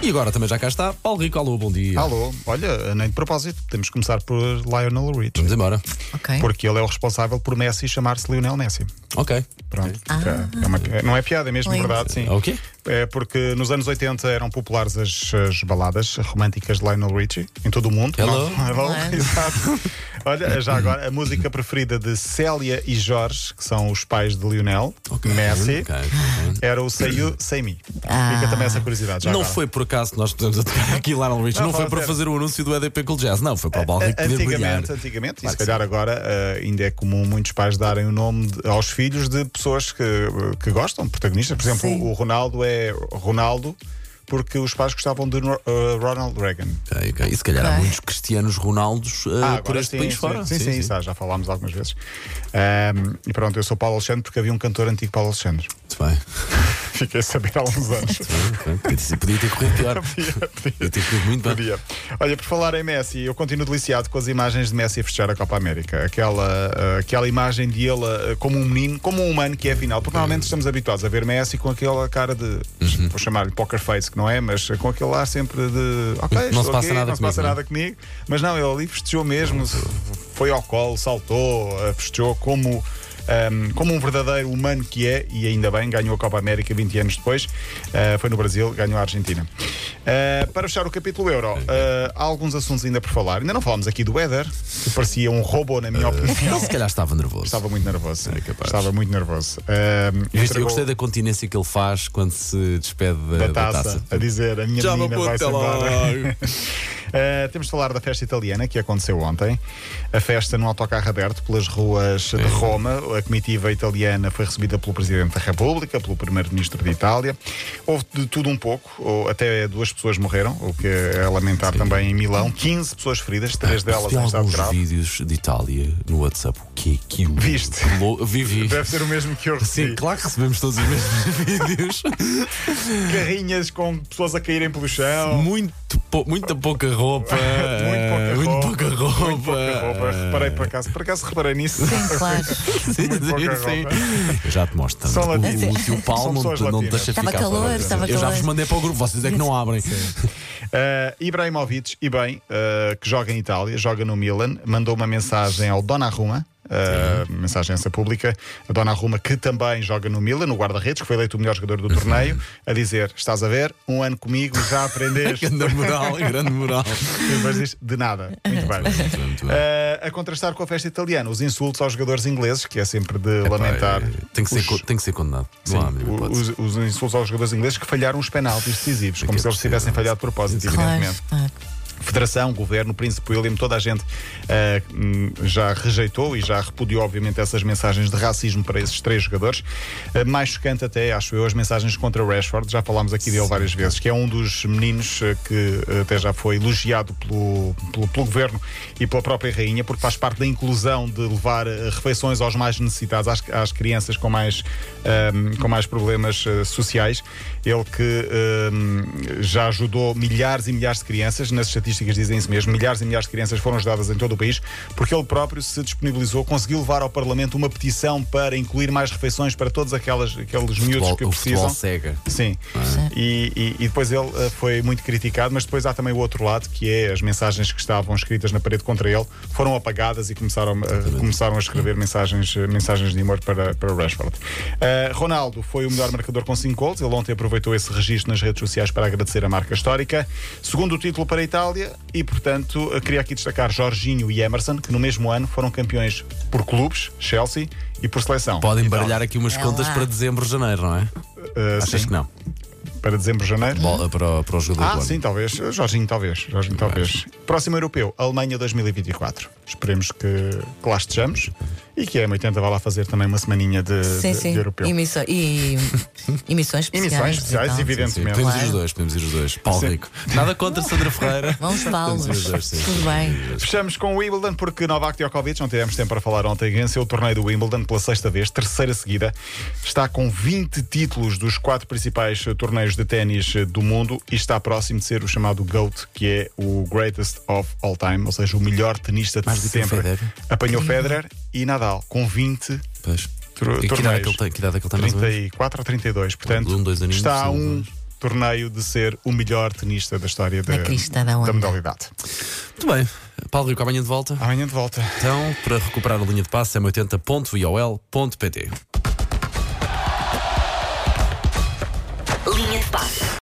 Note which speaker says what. Speaker 1: E agora também já cá está Paulo Rico. Alô, bom dia.
Speaker 2: Alô, olha, nem de propósito, temos que começar por Lionel Rich,
Speaker 1: Vamos embora.
Speaker 3: Ok.
Speaker 2: porque ele é o responsável por Messi chamar-se Lionel Messi.
Speaker 1: Ok.
Speaker 2: Pronto. É uma- é- não é piada, é mesmo
Speaker 3: Lindo.
Speaker 2: verdade, sim.
Speaker 1: É o quê?
Speaker 2: É porque nos anos 80 eram populares as, as baladas românticas de Lionel Richie em todo o mundo.
Speaker 1: Hello.
Speaker 2: Não- Hello,
Speaker 3: Hello.
Speaker 2: Exato. Olha, já agora, a música preferida de Célia e Jorge, que são os pais de Lionel
Speaker 1: Ok.
Speaker 2: Messi,
Speaker 1: Ok, ok.
Speaker 2: era o Say You, Say Me. Fica também essa curiosidade. Já
Speaker 1: Não
Speaker 2: agora.
Speaker 1: foi por acaso que nós pusemos a tocar aqui Lionel Rich. Não,
Speaker 2: Não,
Speaker 1: foi
Speaker 2: fala
Speaker 1: para
Speaker 2: sério.
Speaker 1: fazer o anúncio do EDP Cool Jazz. Não, foi para o Paulo Rico poder brilhar.
Speaker 2: Antigamente, antigamente
Speaker 1: Claro
Speaker 2: e se
Speaker 1: que
Speaker 2: calhar agora eh, ainda é comum muitos pais darem o nome de- aos filhos de pessoas que, que gostam, protagonistas. Por exemplo,
Speaker 3: Sim.
Speaker 2: o Ronaldo é Ronaldo porque os pais gostavam de Ro- eh, Ronald Reagan.
Speaker 1: Ok, ok. E se calhar há
Speaker 3: Ok.
Speaker 1: muitos cristianos Ronaldos eh,
Speaker 2: Ah,
Speaker 1: por
Speaker 2: agora
Speaker 1: este
Speaker 2: sim,
Speaker 1: país
Speaker 2: sim,
Speaker 1: fora.
Speaker 2: Sim, sim, isso, ah, já falámos algumas vezes. Ahm, e pronto, eu sou Paulo Alexandre porque havia um cantor antigo Paulo Alexandre.
Speaker 1: Muito bem.
Speaker 2: Fiquei a saber há uns anos.
Speaker 1: Ok, Podia podia ter corrido pior. Podia ter corrido muito bem.
Speaker 2: Podia. Olha, por falar em Messi, eu continuo deliciado com as imagens de Messi a fechar a Copa América. Aquela, ah, aquela imagem de ele ah, como um menino, como um humano que é afinal. Porque normalmente estamos habituados a ver Messi com aquela cara de.
Speaker 1: Uhum.
Speaker 2: Vou chamar-lhe poker face, que não é, mas com aquele ar sempre de. Ok,
Speaker 1: Não se
Speaker 2: estou
Speaker 1: passa
Speaker 2: aqui,
Speaker 1: nada
Speaker 2: não
Speaker 1: comigo,
Speaker 2: se passa
Speaker 1: não é?
Speaker 2: nada comigo. Mas não, ele ali festejou mesmo, se- foi ao colo, saltou, ah, festejou como. ahm, como um verdadeiro humano que é, e ainda bem, ganhou a Copa América 20 anos depois, Ah, foi no Brasil, ganhou a Argentina. Ah, para fechar o capítulo Euro, ah, há alguns assuntos ainda por falar. Ainda não falámos aqui do Éder, que parecia um robô, na minha opinião.
Speaker 1: Ele se calhar estava nervoso.
Speaker 2: Estava muito nervoso.
Speaker 1: Eh. É capaz.
Speaker 2: Estava muito nervoso. Eh, Ahm,
Speaker 1: Eu gostei- Eu
Speaker 2: entregou-
Speaker 1: gostei da continência que ele faz quando se despede da,
Speaker 2: da taça, a dizer a minha
Speaker 1: Já não
Speaker 2: menina
Speaker 1: pode
Speaker 2: vai se
Speaker 1: até
Speaker 2: embora.
Speaker 1: lá.
Speaker 2: Eh, temos de falar da festa italiana que aconteceu ontem. A festa num autocarro aberto pelas ruas de Roma. A comitiva italiana foi recebida pelo Presidente da República, pelo Primeiro-Ministro de Itália. Houve de tudo um pouco, ou até duas pessoas morreram, o que é lamentar também em Milão. 15 pessoas feridas, três delas
Speaker 1: Recebi
Speaker 2: em estado
Speaker 1: Ah, alguns
Speaker 2: grave.
Speaker 1: vídeos de Itália no WhatsApp. O que é que o.
Speaker 2: Viste?
Speaker 1: Lo- Vivi.
Speaker 2: Deve um ser o mesmo que eu recebi.
Speaker 1: Sim, claro que recebemos todos os mesmos vídeos.
Speaker 2: Carrinhas com pessoas a caírem pelo chão.
Speaker 1: Muito, pou- muita pouca roupa. eh,
Speaker 2: Oh. muito pouca
Speaker 1: muito
Speaker 2: roupa.
Speaker 1: pouca
Speaker 2: Muito pouca roupa.
Speaker 1: eh,
Speaker 2: Reparei por acaso. Por acaso reparei nisso.
Speaker 3: Sim, claro.
Speaker 1: Sim,
Speaker 2: muito
Speaker 1: sim,
Speaker 2: pouca
Speaker 1: sim.
Speaker 2: roupa.
Speaker 1: Eu já te mostro.
Speaker 2: São
Speaker 1: Tanto.
Speaker 2: latinas.
Speaker 1: O, o teu
Speaker 2: São
Speaker 1: palmo não,
Speaker 2: pessoas
Speaker 1: te- não te deixa
Speaker 2: latinas.
Speaker 1: ficar.
Speaker 3: Estava calor,
Speaker 1: fora.
Speaker 3: estava
Speaker 1: Eu já
Speaker 3: calor.
Speaker 1: vos mandei para o grupo, vocês é que não abrem.
Speaker 2: Uh, Ibrahimovic, e bem, uh, que joga em Itália, joga no Milan, mandou uma mensagem ao Donnarumma. Uh, mensagem essa pública, a Donnarumma que também joga no Milan, no guarda-redes, que foi eleito o melhor jogador do torneio, a dizer: Estás a ver? Um ano comigo, já aprendeste.
Speaker 1: Grande moral, grande moral.
Speaker 2: Mas diz de nada. Muito bem.
Speaker 1: Muito bem, muito bem.
Speaker 2: Uh, a contrastar com a festa italiana, os insultos aos jogadores ingleses, que é sempre de lamentar.
Speaker 1: Pá, é, Tem que, ser,
Speaker 2: Os-
Speaker 1: co- tem que ser condenado.
Speaker 2: Sim,
Speaker 1: não há a mínima
Speaker 2: o-
Speaker 1: hipótese.
Speaker 2: os, os insultos aos jogadores ingleses que falharam os penaltis decisivos, como
Speaker 1: é
Speaker 2: se eles
Speaker 1: possível?
Speaker 2: tivessem falhado de propósito,
Speaker 3: Claro,
Speaker 2: evidentemente.
Speaker 3: claro.
Speaker 2: Federação, Governo, Príncipe William, toda a gente ah, hum, já rejeitou e já repudiou, obviamente, essas mensagens de racismo para esses três jogadores. Ah, mais chocante até, acho eu, as mensagens contra o Rashford, já falámos aqui dele várias vezes, que é um dos meninos ah, que ah, até já foi elogiado pelo, pelo, pelo Governo e pela própria Rainha, porque faz parte da inclusão de levar ah, refeições aos mais necessitados, às, às crianças com mais, ah, com mais problemas ah, sociais. Ele que ah, já ajudou milhares e milhares de crianças, nas estatísticas dizem isso mesmo, milhares e milhares de crianças foram ajudadas em todo o país, porque ele próprio se disponibilizou, conseguiu levar ao Parlamento uma petição para incluir mais refeições para todos aquelas, aqueles miúdos
Speaker 1: Futebol-
Speaker 2: que
Speaker 1: o futebol
Speaker 2: precisam.
Speaker 1: cega.
Speaker 2: Sim, e, e- e depois ele eh, foi muito criticado, mas depois há também o outro lado que é as mensagens que estavam escritas na parede contra ele foram apagadas e começaram, eh, começaram a escrever mensagens, eh, mensagens de humor para, para o Rashford. Eh, Ronaldo foi o melhor marcador com 5 gols, ele ontem aproveitou esse registro nas redes sociais para agradecer a marca histórica. Segundo título para a Itália e, portanto, eh, queria aqui destacar Jorginho e Emerson, que no mesmo ano foram campeões por clubes, Chelsea, e por seleção.
Speaker 1: Podem
Speaker 2: Itália.
Speaker 1: baralhar aqui umas
Speaker 3: É
Speaker 1: contas
Speaker 3: lá.
Speaker 1: para dezembro, janeiro, não é?
Speaker 2: Eh,
Speaker 1: Achas
Speaker 2: sim,
Speaker 1: que não?
Speaker 2: Para dezembro, janeiro.
Speaker 1: Bola para, o- para o jogador do
Speaker 2: Ah,
Speaker 1: ano.
Speaker 2: sim, talvez. Jorginho, talvez. Jorginho, talvez. Próximo europeu, Alemanha 2024. Esperemos que, que lá estejamos e que a M80 vá lá fazer também uma semaninha de,
Speaker 3: Sim,
Speaker 2: de-
Speaker 3: sim.
Speaker 2: de europeu.
Speaker 3: Emissões, e, emissões especiais. Então,
Speaker 2: Emissões especiais,
Speaker 3: e tal.
Speaker 1: Sim,
Speaker 2: evidentemente.
Speaker 1: podemos ir
Speaker 3: Claro.
Speaker 1: os dois, podemos ir os dois. Paulo Rico. Nada contra Sandra Ferreira.
Speaker 3: Vamos
Speaker 1: Podemos ir os dois,
Speaker 3: falá-los.
Speaker 1: sim.
Speaker 3: Tudo bem.
Speaker 2: Fechamos com o Wimbledon porque Novak Djokovic, não tivemos tempo para falar ontem, venceu o torneio do Wimbledon pela sexta vez, terceira seguida. Está com 20 títulos dos quatro principais eh, torneios de ténis eh, do mundo e está próximo de ser o chamado GOAT, que é o Greatest of All Time, ou seja, o melhor tenista de
Speaker 1: Mais do que o
Speaker 2: sempre.
Speaker 1: Federer.
Speaker 2: Apanhou Federer e Nadal com 20
Speaker 1: Pois.
Speaker 2: Tor-
Speaker 1: E que idade é
Speaker 2: torneios.
Speaker 1: que ele tem? Que idade é que ele tem mais ou menos?
Speaker 2: 34 a 32, portanto
Speaker 1: Um, dois aninhos,
Speaker 2: está a
Speaker 1: sim,
Speaker 2: um
Speaker 1: dois.
Speaker 2: torneio de ser o melhor tenista da história da,
Speaker 3: crista da onda.
Speaker 2: modalidade.
Speaker 1: Muito bem. Paulo Rico, amanhã de volta.
Speaker 2: Amanhã de volta.
Speaker 1: Então, para recuperar a linha de passe, é 80.iol.pt.
Speaker 4: Linha de passe.